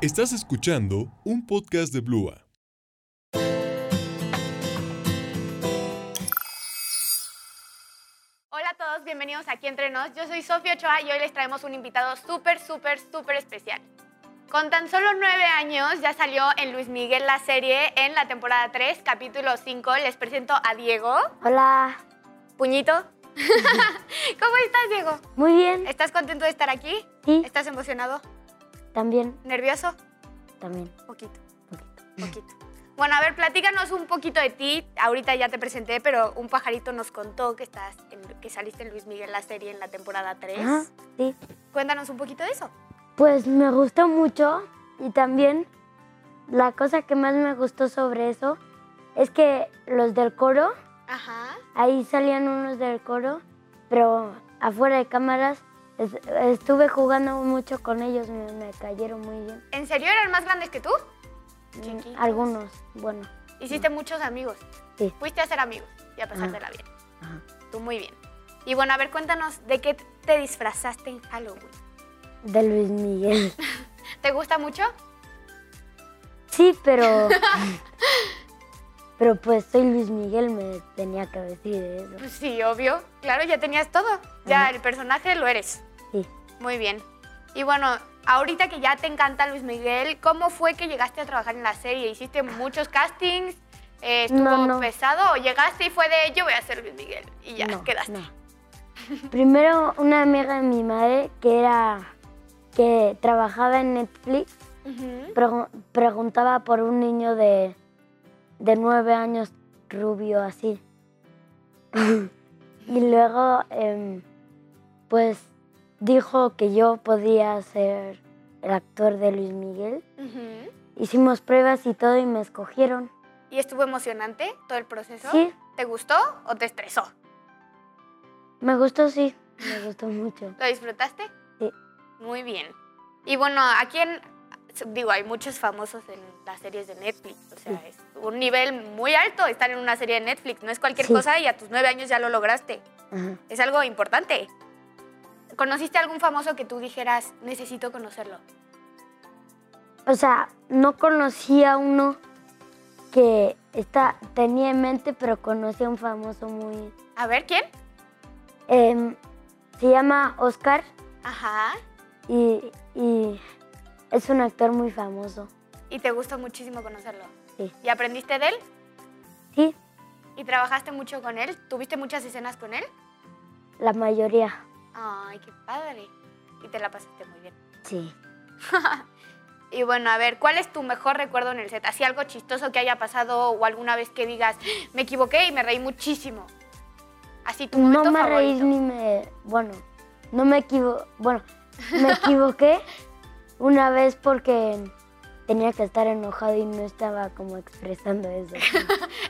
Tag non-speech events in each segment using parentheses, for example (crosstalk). Estás escuchando un podcast de Blua. Hola a todos, bienvenidos aquí entre nos. Yo soy Sofía Ochoa y hoy les traemos un invitado súper, súper, súper especial. Con tan solo nueve años ya salió en Luis Miguel la serie en la temporada 3, capítulo 5. Les presento a Diego. Hola, Puñito. ¿Cómo estás, Diego? muy bien. ¿Estás contento de estar aquí? Sí, ¿Estás emocionado? también, ¿Nervioso? también. Poquito. Poquito. Poquito. Bueno, a ver, platícanos un poquito de ti. Ahorita ya te presenté, pero un pajarito nos contó que, estás en- que saliste en Luis Miguel la serie en la temporada 3. Ajá, sí. Cuéntanos un poquito de eso. Pues me gustó mucho y también la cosa que más me gustó sobre eso es que los del coro, Ajá. ahí salían unos del coro, pero afuera de cámaras es- estuve jugando mucho con ellos, me, me cayeron muy bien. ¿En serio eran más grandes que tú? Chiquitos. Mm, Algunos, bueno, Hiciste muchos amigos. Sí. Fuiste a ser amigos y a pasártela bien. Ajá. Tú muy bien. Y bueno, a ver, cuéntanos de qué te disfrazaste en Halloween. de Luis Miguel. (laughs) ¿Te gusta mucho? Sí, pero... Pero pues soy Luis Miguel, me tenía que decir eso. Pues sí, obvio. Claro, ya tenías todo. Ya el personaje lo eres. Sí. Muy bien. Y bueno, ahorita que ya te encanta Luis Miguel, ¿cómo fue que llegaste a trabajar en la serie? ¿Hiciste muchos castings? Eh, ¿Estuvo No, no. pesado? ¿O llegaste y fue de yo voy a ser Luis Miguel? Y ya (laughs) No, quedaste. no. Primero una amiga de mi madre que era que trabajaba en Netflix Ujú. pregu- preguntaba por un niño de de nueve años rubio así (laughs) y luego em, pues dijo que yo podía ser el actor de Luis Miguel Ujú. hicimos pruebas y todo y me escogieron ¿Y estuvo emocionante todo el proceso? sí ¿Te gustó o te estresó? me gustó sí me gustó mucho ¿Lo disfrutaste? Sí. Muy bien. Y bueno, aquí en... Digo, hay muchos famosos en las series de Netflix. O sea, Sí. es un nivel muy alto estar en una serie de Netflix. No es cualquier Sí. cosa y a tus nueve años ya lo lograste. Ajá. Es algo importante. ¿Conociste algún famoso que tú dijeras, necesito conocerlo? O sea, no conocía a uno que está, tenía en mente, pero conocí a un famoso muy... A ver, ¿quién? em, se llama Oscar Ajá. y, y es un actor muy famoso. Y te gustó muchísimo conocerlo. Sí. ¿Y aprendiste de él? Sí, ¿Y trabajaste mucho con él? ¿Tuviste muchas escenas con él? la mayoría. Ay, qué padre. Y te la pasaste muy bien. Sí. Y bueno, a ver, ¿cuál es tu mejor recuerdo en el set? ¿Así algo chistoso que haya pasado o alguna vez que digas, me equivoqué y me reí muchísimo? Así tu momento No me reí favorito. ni me... Bueno, no me equivoqué. Bueno, (laughs) me equivoqué una vez porque tenía que estar enojado y no estaba como expresando eso.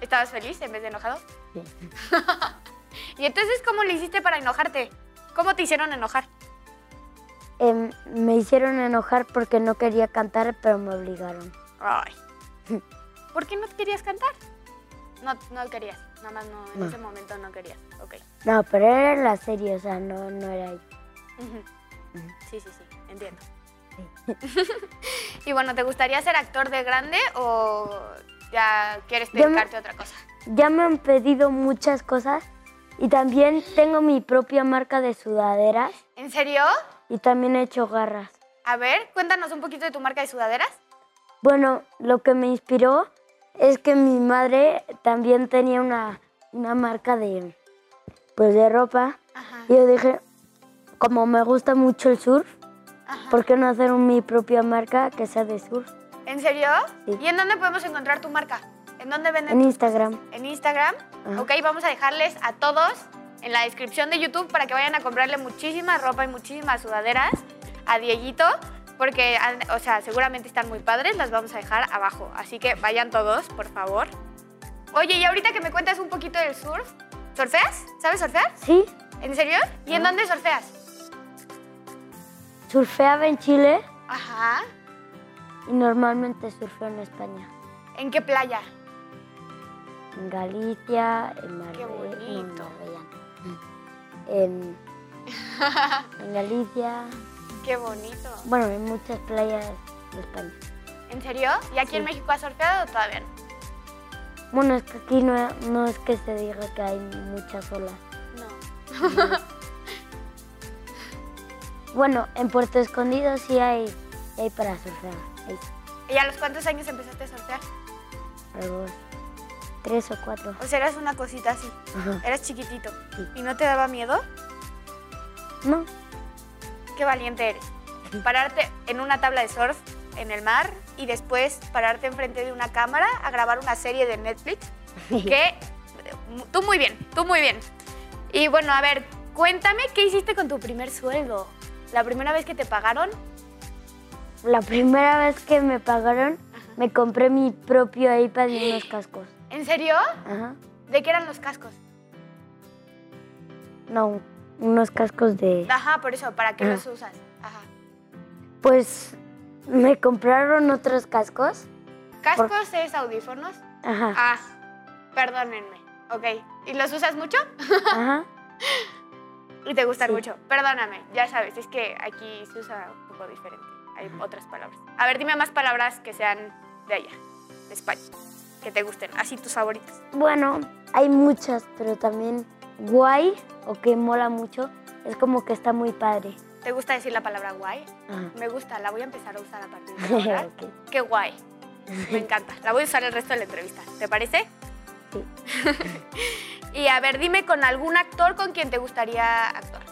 ¿Estabas feliz en vez de enojado? Sí. (laughs) Y entonces, ¿cómo le hiciste para enojarte? ¿Cómo te hicieron enojar? Em, me hicieron enojar porque no quería cantar, pero me obligaron. (laughs) Ay. ¿Por qué no querías cantar? No, no querías. Nada más no, en No. ese momento no querías. Ok. No, pero era la serie, o sea, no, no era yo. Ujú. Sí, sí, sí, entiendo. (laughs) y bueno, ¿te gustaría ser actor de grande o ya quieres Yo me- dedicarte a otra cosa? Ya me han pedido muchas cosas y también tengo mi propia marca de sudaderas ¿En serio? y también he hecho garras. A ver, cuéntanos un poquito de tu marca de sudaderas. Bueno, lo que me inspiró es que mi madre también tenía una, una marca de, pues, de ropa. Ajá. Y yo dije, como me gusta mucho el surf, Ajá. ¿por qué no hacer mi propia marca que sea de surf? ¿En serio? Sí. ¿Y en dónde podemos encontrar tu marca? ¿En dónde venden? En Instagram. en Instagram. Ajá. Ok, vamos a dejarles a todos en la descripción de YouTube para que vayan a comprarle muchísima ropa y muchísimas sudaderas a Dieguito, porque, an- o sea, seguramente están muy padres, las vamos a dejar abajo. Así que vayan todos, por favor. Oye, y ahorita que me cuentas un poquito del surf, ¿surfeas? ¿Sabes surfear? Sí, ¿En serio? ¿Y en Ajá. dónde surfeas? surfeaba en Chile Ajá. y normalmente surfeo en España. ¿En qué playa? En Galicia, en Qué Marbella. bonito. En, en Galicia. Qué bonito. Bueno, en muchas playas de España. ¿En serio? ¿Y aquí en Sí. México has surfeado o todavía no? Bueno, es que aquí no, no es que se diga que hay muchas (laughs) olas. No. Bueno, en Puerto Escondido sí hay, hay para surfear. Hay ¿Y a los cuántos años empezaste a surfear? algo, tres o (laughs) cuatro. O sea, eras una cosita así. Ajá. Eras chiquitito. Sí. ¿Y no te daba miedo? No, Qué valiente eres. Pararte en una tabla de surf en el mar y después pararte enfrente de una cámara a grabar una serie de Netflix. Que eh, tú muy bien, tú muy bien. Y bueno, a ver, cuéntame qué hiciste con tu primer sueldo. La primera vez que te pagaron, la primera vez que me pagaron me compré mi propio iPad y unos cascos. ¿en serio? Ajá. ¿De qué eran los cascos? No, unos cascos de... Ajá, por eso, ¿para qué Ah. los usas? Ajá. Pues me compraron otros cascos. ¿Cascos es audífonos? Ajá, Ah, perdónenme. Ok. ¿Y los usas mucho? ajá. Y te gustan Sí. mucho. Perdóname, ya sabes, es que aquí se usa un poco diferente. Hay otras palabras. A ver, dime más palabras que sean de allá, de España, que te gusten, así tus favoritas. Bueno, hay muchas, pero también guay o que mola mucho. Es como que está muy padre. ¿Te gusta decir la palabra guay? Ajá. Me gusta, la voy a empezar a usar a partir de ahora. (laughs) Ok. Qué guay. (laughs) Me encanta. La voy a usar el resto de la entrevista. ¿Te parece? Sí. (laughs) y a ver, dime con algún actor con quien te gustaría actuar.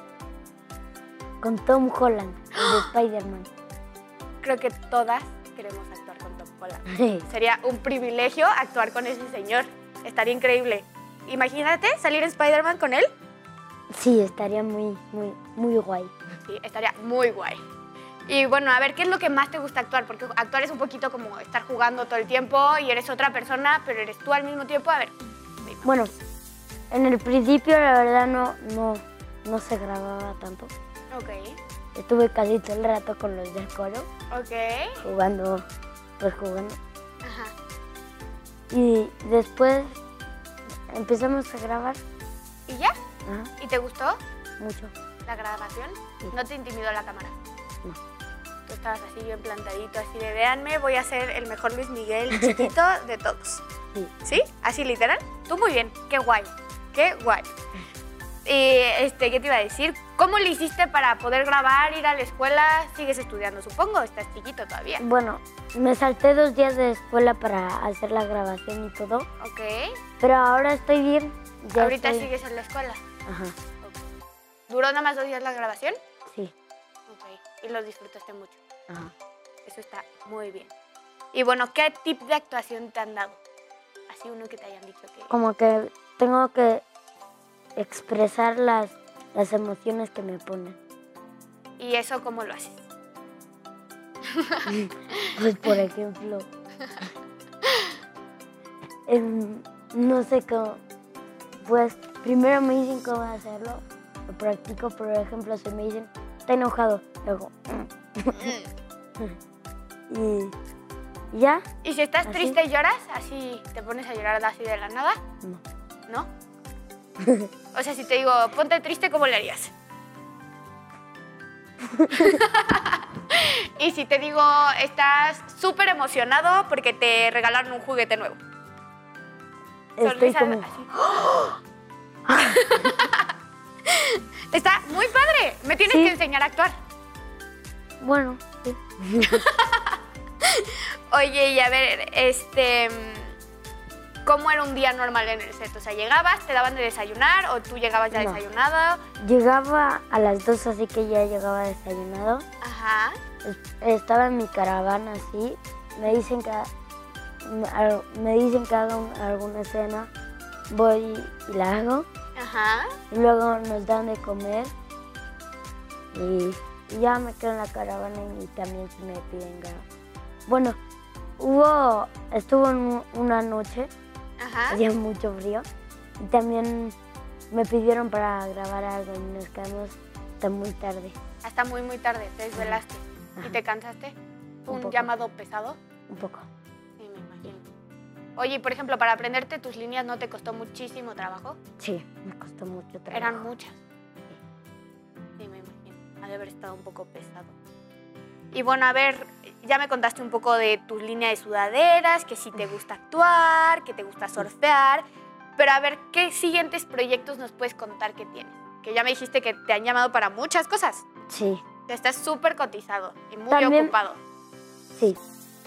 Con Tom Holland, el de Spider-Man. Creo que todas queremos actuar con Tom Holland. Sería un privilegio actuar con ese señor. Estaría increíble. Imagínate salir en Spider-Man con él. (laughs) Sí, estaría muy, muy, muy guay. Sí, estaría muy guay. Y bueno, a ver, ¿qué es lo que más te gusta actuar? Porque actuar es un poquito como estar jugando todo el tiempo y eres otra persona, pero eres tú al mismo tiempo. A ver, dime. Bueno, en el principio la verdad no, no, no se grababa tanto. Ok, Estuve casi todo el rato con los del coro, ok. jugando, pues jugando. Ajá. Y después empezamos a grabar. ¿Y ya? Ajá, ¿Y te gustó mucho. la grabación? Sí. ¿No te intimidó la cámara? No. Tú estabas así bien plantadito, así de véanme, voy a ser el mejor Luis (laughs) Miguel chiquito de todos. Sí. ¿Sí? Así literal. Tú muy bien, qué guay, qué guay. Y este, ¿qué te iba a decir? ¿Cómo le hiciste para poder grabar, ir a la escuela? Sigues estudiando, supongo, estás chiquito todavía. Bueno, me salté dos días de escuela para hacer la grabación y todo, Ok. pero ahora estoy bien. ya Ahorita estoy- sigues en la escuela. Ajá, ¿Duró nada más dos días la grabación? sí. Ok. Y los disfrutaste mucho. Ajá. Eso está muy bien. Y bueno, ¿qué tip de actuación te han dado? Así uno que te hayan dicho que... Como que tengo que expresar las, las emociones que me ponen. ¿Y eso cómo lo haces? Pues por ejemplo, em, no sé cómo, pues primero me dicen cómo hacerlo, lo practico, por ejemplo, si me dicen, está enojado, luego, y "Mm". y ya, ¿Y si estás ¿Así? triste y lloras? ¿Así te pones a llorar así de la nada? no, ¿No? O sea, si te digo, ponte triste, ¿cómo le harías? (laughs) y si te digo, estás súper emocionado porque te regalaron un juguete nuevo. estoy Sonrisa como, así. ¡Oh! (laughs) Está muy padre. Me tienes Sí. que enseñar a actuar. bueno, sí. Oye, y a ver, este. mm, ¿Cómo era un día normal en el set? O sea, ¿llegabas, te daban de desayunar o tú llegabas ya No. desayunado? llegaba a las dos, así que ya llegaba desayunado, Ajá. Es- estaba en mi caravana así, me dicen que ha- me- al- me dicen que haga un- alguna escena, voy y la hago. Ajá. Luego nos dan de comer y y ya me quedo en la caravana y también si me piden gra- Bueno, hubo, estuvo en un- una noche, Ajá. hacía mucho frío y también me pidieron para grabar algo y nos quedamos hasta muy tarde, Hasta muy, muy tarde, te desvelaste. ¿Y Ajá. te cansaste? ¿Fue Un un poco. llamado pesado? un poco. Sí, me imagino. Oye, y por ejemplo, para aprenderte tus líneas no te costó muchísimo trabajo. Sí, me costó mucho trabajo. Eran muchas. Sí, me imagino. Ha de haber estado un poco pesado. Y bueno, a ver, Ya me contaste un poco de tu línea de sudaderas, que si te gusta actuar, que te gusta surfear. Pero a ver, ¿qué siguientes proyectos nos puedes contar que tienes? Que ya me dijiste que te han llamado para muchas cosas. Sí, Te estás súper cotizado y muy También- ocupado. sí.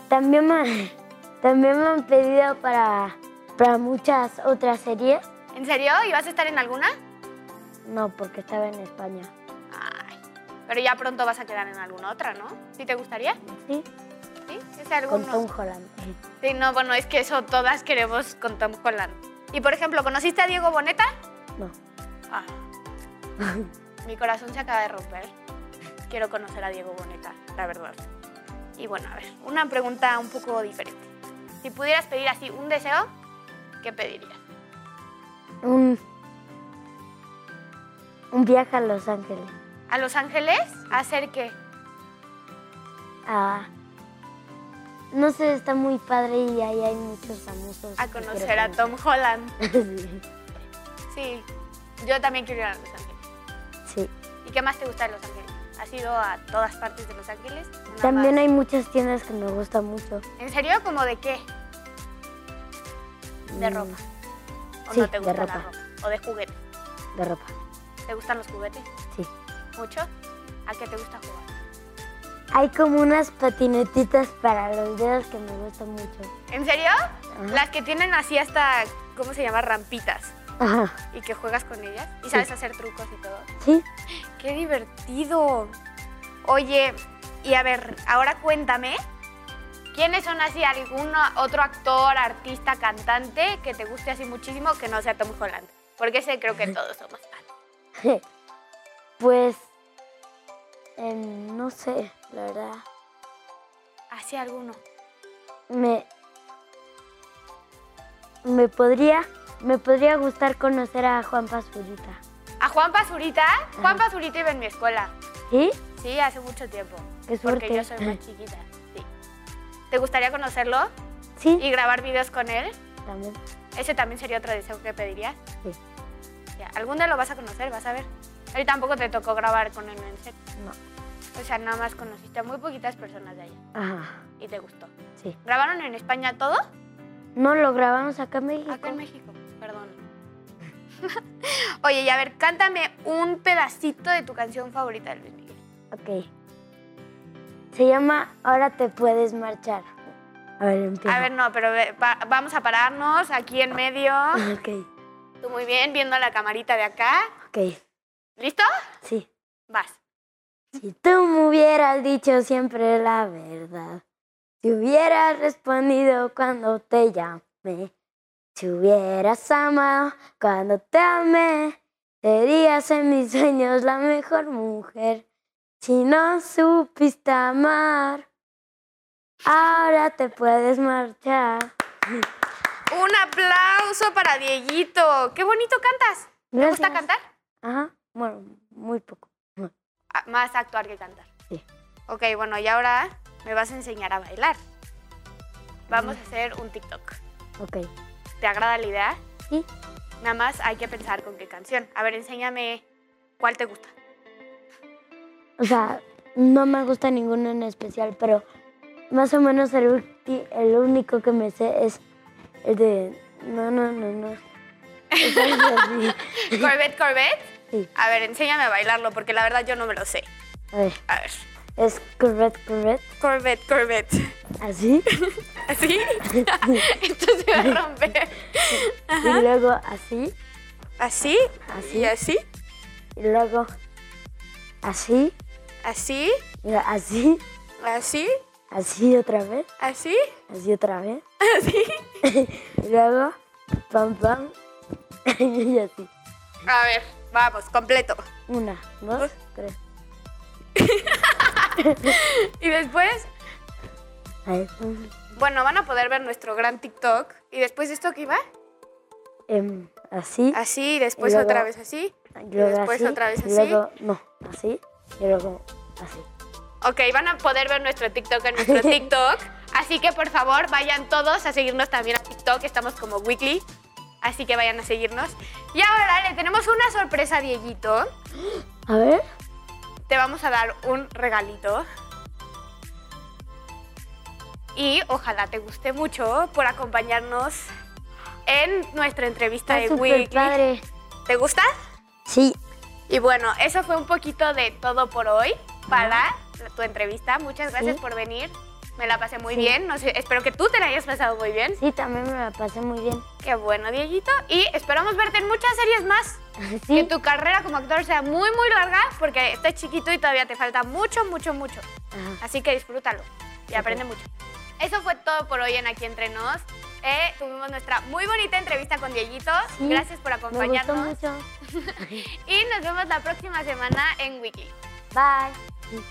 También me, (laughs) también me han pedido para, para muchas otras series. ¿En serio? ¿Y vas a estar en alguna? No, porque estaba en España. Ay, pero ya pronto vas a quedar en alguna otra, ¿no? ¿Sí te gustaría? Sí, ¿Sí? ¿Es con Tom alguno? Holland. Sí, no, bueno, es que eso todas queremos con Tom Holland. Y por ejemplo, ¿conociste a Diego Boneta? No. Ah. Mi corazón se acaba de romper. Quiero conocer a Diego Boneta, la verdad. Y bueno, a ver, una pregunta un poco diferente. Si pudieras pedir así un deseo, ¿qué pedirías? Un, un viaje a Los Ángeles. ¿A Los Ángeles? ¿A hacer qué? a- No sé, está muy padre y ahí hay muchos famosos. A que quiero conocer a Tom Holland. Sí, Sí, yo también quiero ir a Los Ángeles. (laughs) sí. ¿Y qué más te gusta de Los Ángeles? ¿Has ido a todas partes de Los Ángeles? Nada También más. hay muchas tiendas que me gustan mucho. ¿En serio? ¿Como de qué? ¿De Mm, ropa? ¿O sí, no te de gusta la ropa. ropa? ¿O de juguetes? De ropa, ¿Te gustan los juguetes? sí. ¿Mucho? ¿A qué te gusta jugar? Hay como unas patinetitas para los dedos que me gustan mucho. ¿En serio? Las que tienen así hasta, ¿cómo se llama? Rampitas. Ajá, Y que juegas con ellas. Y sabes hacer trucos y todo. sí. (laughs) ¡Qué divertido! Oye, y a ver, ahora cuéntame, ¿quiénes son así algún otro actor, artista, cantante que te guste así muchísimo que no sea Tom Holland? Porque ese creo que todos somos fans. Pues, em, no sé, la verdad. Así alguno. Me, me podría, me podría gustar conocer a Juan Pazurita. ¿A Juan Pazurita? Juan Pazurita iba en mi escuela. ¿Sí? Sí, hace mucho tiempo. Qué Porque suerte. yo soy más chiquita. Sí. ¿Te gustaría conocerlo (laughs) Sí, y grabar videos con él? también. Ese también sería otro deseo que pedirías. Sí. Ya, algún día lo vas a conocer, vas a ver. Él tampoco te tocó grabar con él en set. No. O sea, nada más conociste a muy poquitas personas de allá Ajá, y te gustó. sí. ¿Grabaron en España todo? No, lo grabamos acá en México. Acá en México, perdón. (laughs) Oye, y a ver, cántame un pedacito de tu canción favorita de Luis Miguel. Ok. Se llama Ahora te puedes marchar. A ver, empieza. A ver, no, pero ve- va- vamos a pararnos aquí en medio. (laughs) Ok, Tú muy bien, viendo la camarita de acá. ok, ¿Listo? sí. Vas. Si tú me hubieras dicho siempre la verdad, si hubieras respondido cuando te llamé, si hubieras amado cuando te amé, serías en mis sueños la mejor mujer. Si no supiste amar, ahora te puedes marchar. Un aplauso para Dieguito. Qué bonito cantas. ¿Te gusta Gracias. cantar? Ajá, bueno, muy poco. Ah, Más actuar que cantar. Sí. Ok, bueno, y ahora me vas a enseñar a bailar. Vamos a hacer un TikTok. Ok, ¿Te agrada la idea? Sí. Nada más hay que pensar con qué canción. A ver, enséñame cuál te (laughs) gusta. o sea, no me gusta ninguno en especial, pero más o menos el, ulti- el único que me sé es el de... No, no, no, no. Es algo así. Corvette, Corvette. Sí. A ver, enséñame a bailarlo porque la verdad yo no me lo sé. A ver, A ver. es correct, correct, Corvette, Corvette. así, ¿Así? (laughs) Esto se va a romper. y luego así, ¿Así? Así. ¿Y así? y luego así, ¿Así? y luego así, ¿Así? así otra vez, ¿Así? así otra vez, ¿Así? y luego pam, pam, (laughs) y así. A ver, vamos, completo. Una, dos, tres. Y después, Ahí, pum. bueno, van a poder ver nuestro gran TikTok. ¿Y después de esto qué va? Em, así, Así, y después Y luego- otra vez así. y Y luego después así, otra vez y así. luego, no, así, y luego así. Ok, van a poder ver nuestro TikTok en (laughs) nuestro TikTok. Así que por favor vayan todos a seguirnos también a TikTok. Estamos como weekly. Así que vayan a seguirnos. Y ahora le tenemos una sorpresa a Dieguito. A ver, Te vamos a dar un regalito. y ojalá te guste mucho por acompañarnos en nuestra entrevista Está de súper Weekly. padre. ¿Te gusta? Sí, Y bueno, eso fue un poquito de todo por hoy para tu entrevista. Muchas gracias Sí. por venir. Me la pasé muy Sí. bien. No sé, espero que tú te la hayas pasado muy bien. sí, también me la pasé muy bien. (laughs) Qué bueno, Dieguito. Y esperamos verte en muchas series más. Que Sí, tu carrera como actor sea muy, muy larga porque estás chiquito y todavía te falta mucho, mucho, mucho. Ajá. Así que disfrútalo y aprende mucho. Eso fue todo por hoy en Aquí Entre Nos. Eh, tuvimos nuestra muy bonita entrevista con Dieguito. Sí. Gracias por me gustó acompañarnos. mucho. Y nos vemos la próxima semana en Wiki. Bye.